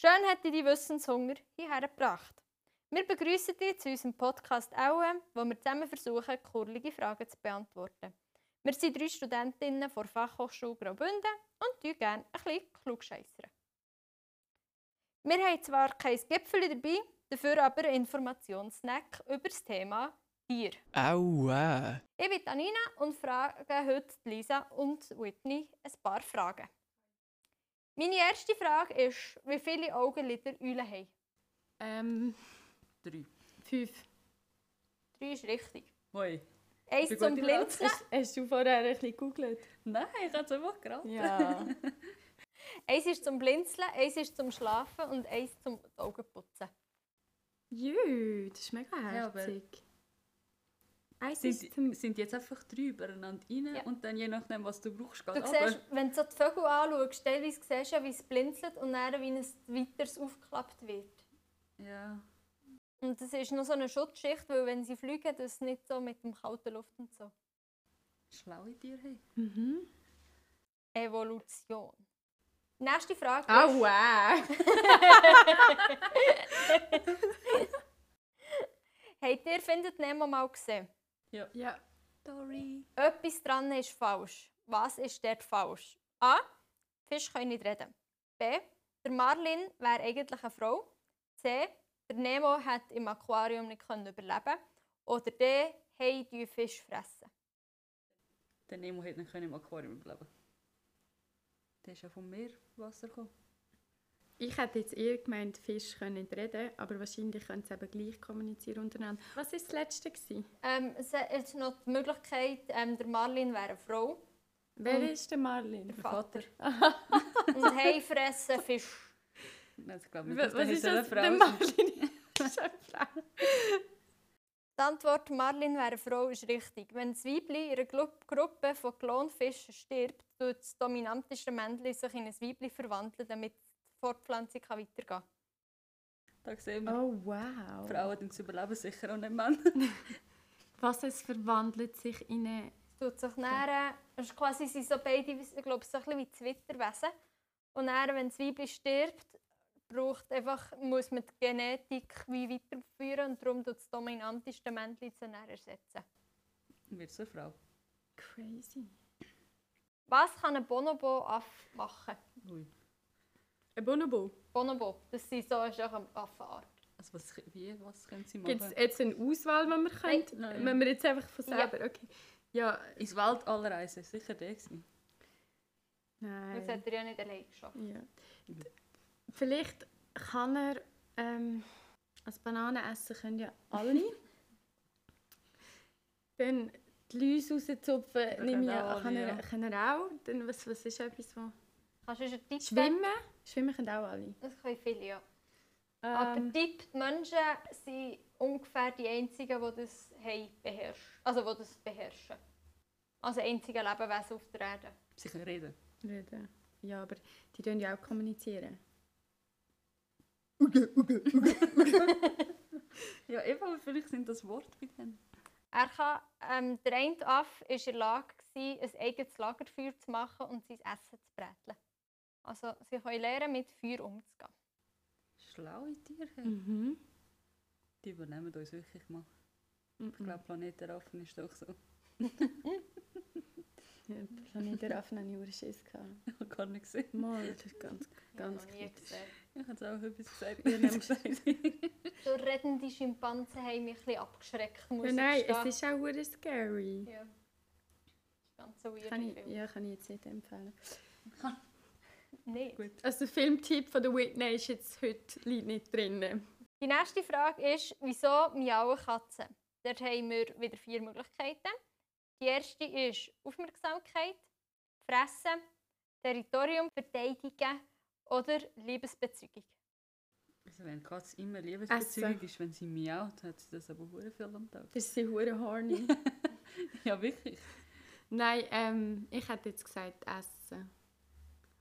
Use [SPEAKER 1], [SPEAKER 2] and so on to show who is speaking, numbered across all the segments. [SPEAKER 1] Schön hat dich dein Wissenshunger hierher gebracht. Wir begrüßen dich zu unserem Podcast «Aue», wo wir zusammen versuchen, kurlige Fragen zu beantworten. Wir sind drei Studentinnen von der Fachhochschule Graubünden und tun gerne ein bisschen klugscheissern. Wir haben zwar kein Gipfel dabei, dafür aber einen Informationssnack über das Thema Tier.
[SPEAKER 2] Aua.
[SPEAKER 1] Ich bin Anina und frage heute Lisa und Whitney ein paar Fragen. Meine erste Frage ist, wie viele Augenlider Eulen haben.
[SPEAKER 3] Ehm,
[SPEAKER 4] Ähm, drei. Fünf.
[SPEAKER 1] Drei ist richtig.
[SPEAKER 4] Hoi.
[SPEAKER 1] Eins
[SPEAKER 4] Bin
[SPEAKER 1] zum
[SPEAKER 4] gut im Rat.
[SPEAKER 1] Blinzeln,
[SPEAKER 3] Hast, hast du vorher ein bisschen gegoogelt?
[SPEAKER 4] Nein, ich habe es einfach gerade.
[SPEAKER 3] Ja.
[SPEAKER 1] eins ist zum Blinzeln, eins ist zum Schlafen und eins zum Augenputzen.
[SPEAKER 3] Jü, das ist mega
[SPEAKER 4] Ja, aber-
[SPEAKER 3] herzig. Eins ist zum
[SPEAKER 4] Sind, sind jetzt einfach drei übereinander rein
[SPEAKER 1] Ja.
[SPEAKER 4] und dann je nachdem, was du brauchst, geht
[SPEAKER 1] Du
[SPEAKER 4] runter.
[SPEAKER 1] siehst, wenn du so die Vögel anschaust, teilweise siehst du, ja, wie es blinzelt und dann, wie es weiter aufgeklappt wird.
[SPEAKER 4] Ja.
[SPEAKER 1] Und das ist noch so eine Schutzschicht, weil wenn sie fliegen, das ist nicht so mit dem kalten Luft und so.
[SPEAKER 4] Schlaue Tiere hey.
[SPEAKER 3] Mhm.
[SPEAKER 1] Evolution. Nächste Frage
[SPEAKER 3] Oh,
[SPEAKER 1] ist,
[SPEAKER 3] Aua!
[SPEAKER 1] habt ihr «Findet Nemo» mal gesehen?
[SPEAKER 3] Ja.
[SPEAKER 4] Dory.
[SPEAKER 1] Etwas dran ist falsch. Was ist dort falsch? A. Fische können nicht reden. B. Der Marlin wäre eigentlich eine Frau. C. Der Nemo hat im Aquarium nicht können überleben. Oder D. Hey, die Fische fressen.
[SPEAKER 4] Der Nemo hätte nicht können im Aquarium bleiben Der ist ja vom Meerwasser gekommen.
[SPEAKER 3] Ich hätte jetzt eher gemeint, Fische können nicht reden, aber wahrscheinlich können sie eben gleich kommunizieren untereinander. Was war das letzte? Gewesen?
[SPEAKER 1] Ähm, es ist noch die Möglichkeit, ähm, der Marlin wäre eine Frau.
[SPEAKER 3] Wer
[SPEAKER 1] Und-
[SPEAKER 3] ist der Marlin?
[SPEAKER 1] Der Vater. Und hey, fressen Fisch.
[SPEAKER 4] Nein, ich glaube
[SPEAKER 3] W-
[SPEAKER 4] nicht, dass
[SPEAKER 3] Was
[SPEAKER 4] der
[SPEAKER 3] ist
[SPEAKER 4] so eine
[SPEAKER 3] das?
[SPEAKER 4] Frau
[SPEAKER 3] Der
[SPEAKER 4] ist.
[SPEAKER 3] Marlin ist eine Frau.
[SPEAKER 1] Die Antwort Marlin wäre eine Frau ist richtig. Wenn das Weibli in einer Glu- Gruppe von Klonfischen stirbt, tut das dominanteste Männchen sich in ein Weibli verwandeln, damit die Fortpflanzung kann weitergehen kann.
[SPEAKER 4] Da sehen wir.
[SPEAKER 3] Oh wow.
[SPEAKER 4] Frauen denken, sie überleben sicher und nicht Männer.
[SPEAKER 3] Was es verwandelt sich in eine.
[SPEAKER 1] Es tut sich näher, es ist quasi sie so beide, ich glaube, so ein bisschen wie Zwitterwesen. Und dann, wenn das Weibli stirbt, braucht einfach, muss man die Genetik wie weiterführen und darum tut das dominanteste Männchen zu näher ersetzen.
[SPEAKER 4] Wird so eine Frau.
[SPEAKER 3] Crazy.
[SPEAKER 1] Was kann ein Bonobo Aff machen?
[SPEAKER 4] Ui.
[SPEAKER 3] Ein Bonobo.
[SPEAKER 1] Bonobo, das ist so ist auch eine Affenart.
[SPEAKER 4] Also was, wie, was können sie machen?
[SPEAKER 3] Gibt es jetzt eine Auswahl, die wir können?
[SPEAKER 4] Nein.
[SPEAKER 3] Wenn wir jetzt einfach von
[SPEAKER 1] Ja.
[SPEAKER 3] selber. Okay. Ja,
[SPEAKER 4] Ins Weltall reisen, sicher der gewesen.
[SPEAKER 3] nein.
[SPEAKER 1] Das hat er ja nicht allein geschafft.
[SPEAKER 3] Ja. D- Vielleicht kann er. Ähm, als Bananen essen können ja alle. Dann die Läuse rauszupfen,
[SPEAKER 4] Da
[SPEAKER 3] nehme ich
[SPEAKER 4] können
[SPEAKER 3] an,
[SPEAKER 4] auch
[SPEAKER 3] kann,
[SPEAKER 4] alle,
[SPEAKER 3] er,
[SPEAKER 4] ja.
[SPEAKER 3] kann er auch. Dann, was, dus was ist etwas, wo...
[SPEAKER 1] Kannst du schon tippen?
[SPEAKER 3] Schwimmen? Schwimmen können auch alle.
[SPEAKER 1] Das können viele, ja. Aber
[SPEAKER 3] Ähm,
[SPEAKER 1] Tipp, die Menschen sind ungefähr die Einzigen, die das haben, beherrschen. Also, die das beherrschen. Also, einzige Lebewesen auf der Erde.
[SPEAKER 4] Sie können reden.
[SPEAKER 3] reden. Ja, aber die können ja auch kommunizieren.
[SPEAKER 4] Ja, eben, aber vielleicht sind das Worte bei denen.
[SPEAKER 1] Er kann, ähm, der eine Affe war in der Lage, gewesen, ein eigenes Lagerfeuer zu machen und sein Essen zu bräteln. Also, sie können lernen, mit Feuer umzugehen.
[SPEAKER 4] Schlaue Tiere. hey.
[SPEAKER 3] Mhm.
[SPEAKER 4] Die übernehmen uns wirklich mal.
[SPEAKER 3] Mhm.
[SPEAKER 4] Ich glaube, Planet der Affen ist doch so.
[SPEAKER 3] Ja, Planet der Affen habe ich verdammt Schiss gehabt.
[SPEAKER 4] Ich habe gar nicht gesehen.
[SPEAKER 3] Mal, das ist ganz, ganz
[SPEAKER 1] Ich habe noch nie
[SPEAKER 3] gut.
[SPEAKER 1] gesehen.
[SPEAKER 4] Ich habe jetzt auch etwas gesagt. Ich habe gesagt.
[SPEAKER 1] So redende Schimpansen haben mich ein bisschen abgeschreckt, muss
[SPEAKER 3] Ja,
[SPEAKER 1] ich
[SPEAKER 3] nein,
[SPEAKER 1] gestehen.
[SPEAKER 3] es ist auch verdammt scary.
[SPEAKER 1] Ja. Ganz so weird.
[SPEAKER 3] Kann ich,
[SPEAKER 1] Film.
[SPEAKER 3] ja, kann ich jetzt nicht empfehlen.
[SPEAKER 1] Nein.
[SPEAKER 4] Gut.
[SPEAKER 3] Also der Filmtipp von der Whitney ist jetzt heute liegt nicht drin.
[SPEAKER 1] Die nächste Frage ist, wieso miauen Katzen? Dort haben wir wieder vier Möglichkeiten. Die erste ist Aufmerksamkeit, Fressen, Territorium verteidigen oder Liebesbezeugung.
[SPEAKER 4] Also wenn Katze immer liebesbezüglich ist, wenn sie miaut, hat sie das aber sehr viel am Tag.
[SPEAKER 3] Das ist sie hure horny.
[SPEAKER 4] Ja, wirklich.
[SPEAKER 3] Nein, ähm, ich hätte jetzt gesagt Essen.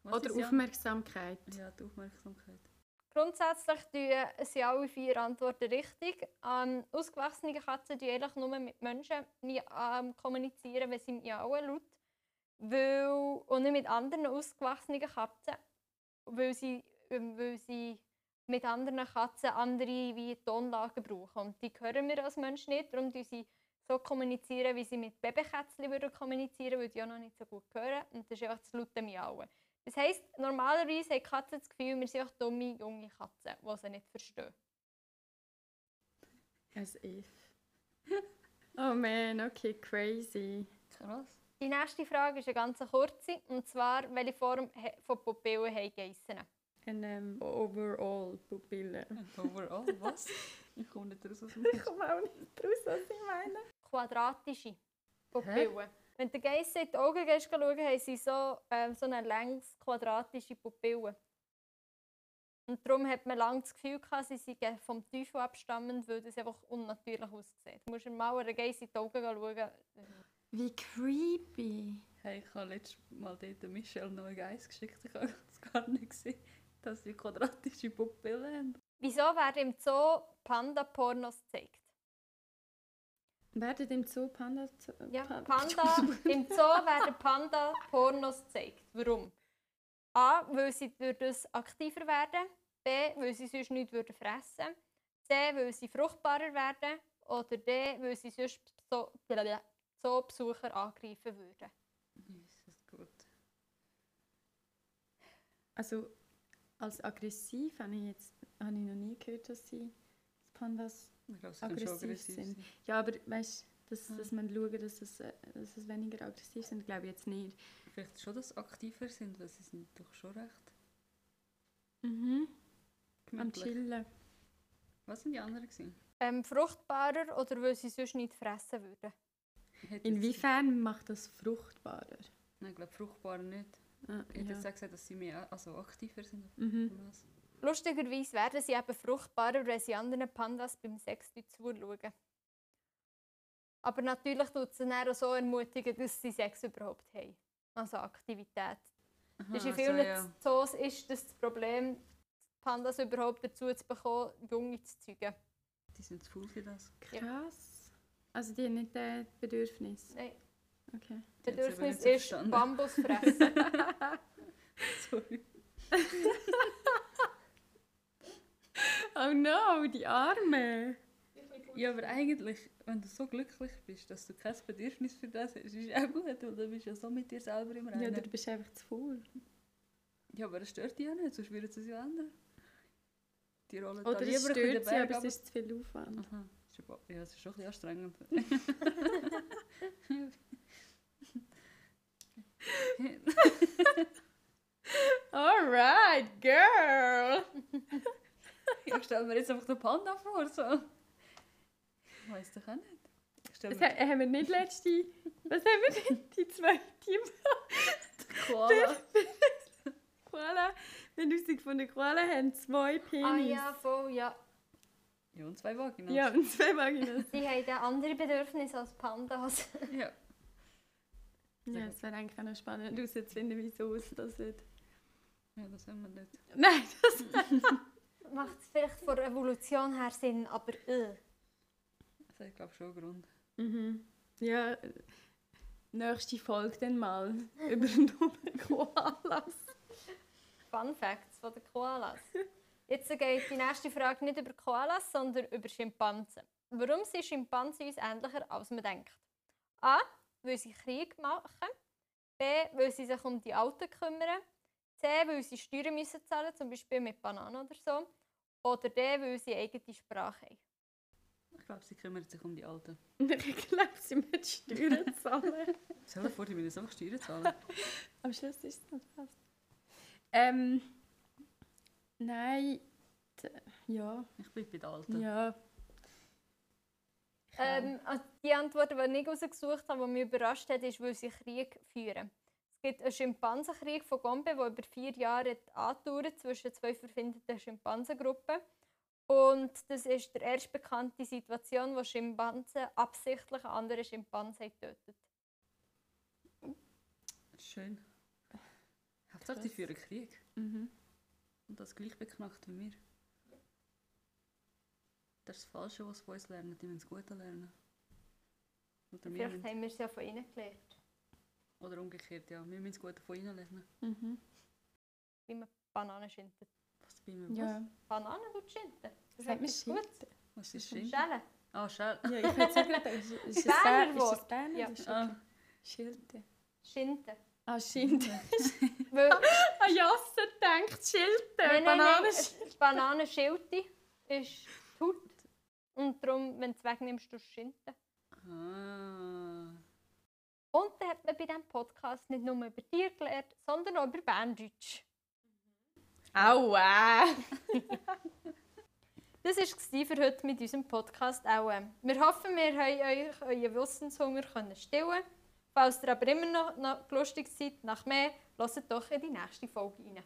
[SPEAKER 4] Was
[SPEAKER 3] Oder
[SPEAKER 4] ist ja-
[SPEAKER 3] Aufmerksamkeit.
[SPEAKER 4] Ja, die Aufmerksamkeit.
[SPEAKER 1] Grundsätzlich tun- sind alle vier Antworten richtig. Ähm, ausgewachsene Katzen tun eigentlich nur mit Menschen mi- ähm, kommunizieren, wenn sie miauen laut. Weil, und nicht mit anderen ausgewachsenen Katzen. Weil sie, ähm, weil sie mit anderen Katzen andere wie Tonlagen brauchen. Und die hören wir als Mensch nicht, darum tun sie so kommunizieren, wie sie mit Babykätzchen würden kommunizieren, weil die ja noch nicht so gut hören. Und das ist einfach das laute Miauen. Das heisst, normalerweise haben Katzen das Gefühl, wir sind auch dumme, junge Katzen, die sie nicht verstehen.
[SPEAKER 3] As if. Oh man, okay, crazy.
[SPEAKER 4] Krass.
[SPEAKER 1] Die nächste Frage ist eine ganz kurze, und zwar, welche Form he- von Pupillen haben Geissen?
[SPEAKER 3] Und ähm, overall Pupille.
[SPEAKER 4] Und overall, was? Ich komme nicht raus aus dem
[SPEAKER 3] Ich komme auch nicht raus, was ich meine.
[SPEAKER 1] Quadratische Pupillen. Wenn der Geissen in die Augen gehst, schauen, haben sie so, ähm, so eine längs quadratische Pupille. Und darum hat man lange das Gefühl, gehabt, sie seien vom Teufel abstammend, weil das einfach unnatürlich aussieht. Du musst mal einer Geiss in die Augen schauen.
[SPEAKER 3] Wie creepy.
[SPEAKER 4] Hey, ich habe letztes Mal dort der Michelle noch einen Geist geschickt. Ich habe es gar nicht gesehen, dass sie quadratische Pupillen haben.
[SPEAKER 1] Wieso werden im Zoo Panda-Pornos gezeigt?
[SPEAKER 3] Werden dem Zoo Panda zu.
[SPEAKER 1] Ja,
[SPEAKER 3] Pan-
[SPEAKER 1] Panda, im Zoo werden Panda Pornos gezeigt. Warum? A, weil sie dadurch aktiver werden. B, weil sie sonst nichts würden fressen. C, weil sie fruchtbarer werden. Oder D, weil sie sonst Zoo- Zoobesucher angreifen würden.
[SPEAKER 4] Jesus, gut.
[SPEAKER 3] Also, als aggressiv habe ich, jetzt, habe ich noch nie gehört, dass sie dass Pandas.
[SPEAKER 4] Ich glaube, sie können schon
[SPEAKER 3] Aggressiv
[SPEAKER 4] aggressiv
[SPEAKER 3] sind.
[SPEAKER 4] sein.
[SPEAKER 3] Ja, aber weißt du, dass,
[SPEAKER 4] Hm.
[SPEAKER 3] dass man schauen, dass es, äh, dass es weniger aggressiv sind, glaube ich jetzt nicht.
[SPEAKER 4] Vielleicht schon, dass sie aktiver sind, weil sie sind doch schon recht
[SPEAKER 3] Mhm. Am
[SPEAKER 4] gemütlich.
[SPEAKER 3] Chillen.
[SPEAKER 4] Was sind die anderen gewesen?
[SPEAKER 1] Ähm, fruchtbarer oder weil sie sonst nicht fressen würden.
[SPEAKER 4] Hätte jetzt-
[SPEAKER 3] Inwiefern macht das fruchtbarer?
[SPEAKER 4] Nein, ich glaube, fruchtbar nicht.
[SPEAKER 3] Ah,
[SPEAKER 4] Ich hätte
[SPEAKER 3] ja.
[SPEAKER 4] jetzt auch gesagt, dass sie mehr also aktiver sind.
[SPEAKER 3] mhm.
[SPEAKER 4] Was?
[SPEAKER 1] Lustigerweise werden sie eben fruchtbarer, wenn sie anderen Pandas beim Sex zuschauen. Aber natürlich tut es sie dann auch so ermutigen, dass sie Sex überhaupt haben. Also Aktivität.
[SPEAKER 4] Aha,
[SPEAKER 1] Das ist in
[SPEAKER 4] also,
[SPEAKER 1] vielen
[SPEAKER 4] ja.
[SPEAKER 1] Zoos ist das, das Problem, die Pandas überhaupt dazu zu bekommen, Junge zu zeugen.
[SPEAKER 4] Die sind zu faul für das.
[SPEAKER 1] Ja.
[SPEAKER 3] Krass. Also die haben nicht das Bedürfnis.
[SPEAKER 1] Nein, das
[SPEAKER 3] Okay.
[SPEAKER 4] Die hat's eben
[SPEAKER 1] Bedürfnis
[SPEAKER 4] nicht so
[SPEAKER 1] ist
[SPEAKER 4] verstanden.
[SPEAKER 1] Bambus fressen.
[SPEAKER 4] Sorry.
[SPEAKER 3] Oh no, die Arme.
[SPEAKER 4] Ja, aber eigentlich, wenn du so glücklich bist, dass du kein Bedürfnis für das hast, ist auch gut, weil du bist ja so mit dir selber im
[SPEAKER 3] Ja,
[SPEAKER 4] Rennen.
[SPEAKER 3] oder du bist einfach zu faul.
[SPEAKER 4] Ja, aber das stört dich auch nicht, sonst würden sie es ja ändern. Die rollen da
[SPEAKER 3] Oder es
[SPEAKER 4] lieber ein bisschen den
[SPEAKER 3] stört sie,
[SPEAKER 4] Berg
[SPEAKER 3] aber es
[SPEAKER 4] runter.
[SPEAKER 3] ist zu viel Aufwand.
[SPEAKER 4] Aha. Ist aber- Ja, es ist schon ein bisschen anstrengend.
[SPEAKER 3] Alright, girl.
[SPEAKER 4] ich stelle mir jetzt einfach den Panda vor. So. Ich weiss doch auch nicht. Ich stelle
[SPEAKER 3] Das
[SPEAKER 4] mir
[SPEAKER 3] ha- haben wir nicht letzte... Was haben wir denn? Die zweite
[SPEAKER 4] den Koala.
[SPEAKER 3] Koala. Wir haben herausgefunden, Koala haben zwei Penis.
[SPEAKER 1] ah ja, voll, ja.
[SPEAKER 4] Ja, und zwei Vaginas.
[SPEAKER 3] Ja, und zwei Vaginas.
[SPEAKER 1] Sie haben dann andere Bedürfnisse als Pandas.
[SPEAKER 4] ja.
[SPEAKER 3] ja, es wäre eigentlich auch noch spannend herauszufinden, wieso es das nicht...
[SPEAKER 4] Ja, das haben wir nicht.
[SPEAKER 3] Nein, das...
[SPEAKER 1] Macht es vielleicht von der Evolution her Sinn, aber äh.
[SPEAKER 4] Das hat, glaube ich, schon einen Grund.
[SPEAKER 3] Mhm. Ja, äh, nächste Folge dann mal über den Koalas.
[SPEAKER 1] Fun Facts von den Koalas. Jetzt geht die nächste Frage nicht über Koalas, sondern über Schimpansen. Warum sind Schimpansen uns ähnlicher, als man denkt? A. Weil sie Krieg machen. B. Weil sie sich um die Alten kümmern. C. Weil sie Steuern müssen zahlen, zum Beispiel mit Bananen oder so. Oder D. Weil sie eine eigene Sprache haben.
[SPEAKER 4] Ich glaube, sie kümmern sich um die Alten.
[SPEAKER 3] Ich glaube, sie müssen Steuern zahlen.
[SPEAKER 4] Stell dir vor, die müssen jetzt einfach Steuern zahlen.
[SPEAKER 3] Am Schluss ist es noch was. Ähm, nein, d- ja,
[SPEAKER 4] Ich bleibe bei den Alten.
[SPEAKER 3] ja.
[SPEAKER 1] Ähm, also die Antwort, die ich herausgesucht habe, die mich überrascht hat, ist, weil sie Krieg führen. Es gibt einen Schimpansenkrieg von Gombe, der über vier Jahre hat angedauert zwischen zwei verfindeten Schimpansengruppen. Und das ist die erst bekannte Situation, wo Schimpansen absichtlich andere Schimpansen tötet.
[SPEAKER 4] Schön. Hauptsache, die
[SPEAKER 3] Krass.
[SPEAKER 4] führen Krieg.
[SPEAKER 3] Mhm.
[SPEAKER 4] Und das gleich beknackt wie wir. Das ist das Falsche, was von uns lernen. Die müssen das Gute lernen. Oder, wir
[SPEAKER 1] Vielleicht
[SPEAKER 4] müssen,
[SPEAKER 1] haben wir es ja von ihnen gelernt,
[SPEAKER 4] oder umgekehrt, ja. Wir müssen das Gute von ihnen lernen.
[SPEAKER 3] Mhm.
[SPEAKER 1] wie man Bananen schindet.
[SPEAKER 4] Was? Bei mir
[SPEAKER 3] Ja.
[SPEAKER 1] Bananen und Schinten. Das
[SPEAKER 3] Sagt man
[SPEAKER 1] ist gut.
[SPEAKER 4] was? Was ist Schild?
[SPEAKER 1] Schälen.
[SPEAKER 4] Ah, Schell.
[SPEAKER 3] Ja, ich hätte es auch gerade. Ist ist es
[SPEAKER 1] Berner
[SPEAKER 3] Bern? Ist es
[SPEAKER 1] Wort.
[SPEAKER 3] Berner?
[SPEAKER 1] Ja.
[SPEAKER 3] Das ist
[SPEAKER 4] Ah,
[SPEAKER 3] okay. Schilde.
[SPEAKER 1] Schinten.
[SPEAKER 3] Ah, Schilde.
[SPEAKER 1] Weil,
[SPEAKER 3] An Ah, Jassen denkt Schilde.
[SPEAKER 1] nein, nein, nein,
[SPEAKER 3] Bananen.
[SPEAKER 1] es- Bananenschilte ist die Haut. Und darum, wenn du es wegnimmst, du Schinten.
[SPEAKER 4] ah.
[SPEAKER 1] Und dann hat man bei diesem Podcast nicht nur über Tiere gelernt, sondern auch über Berndeutsch.
[SPEAKER 3] Aua.
[SPEAKER 1] Das war es für heute mit unserem Podcast auch. ähm, Wir hoffen, wir haben euch euren Wissenshunger können stillen Falls ihr aber immer noch, noch lustig seid nach mehr, lasst doch in die nächste Folge rein.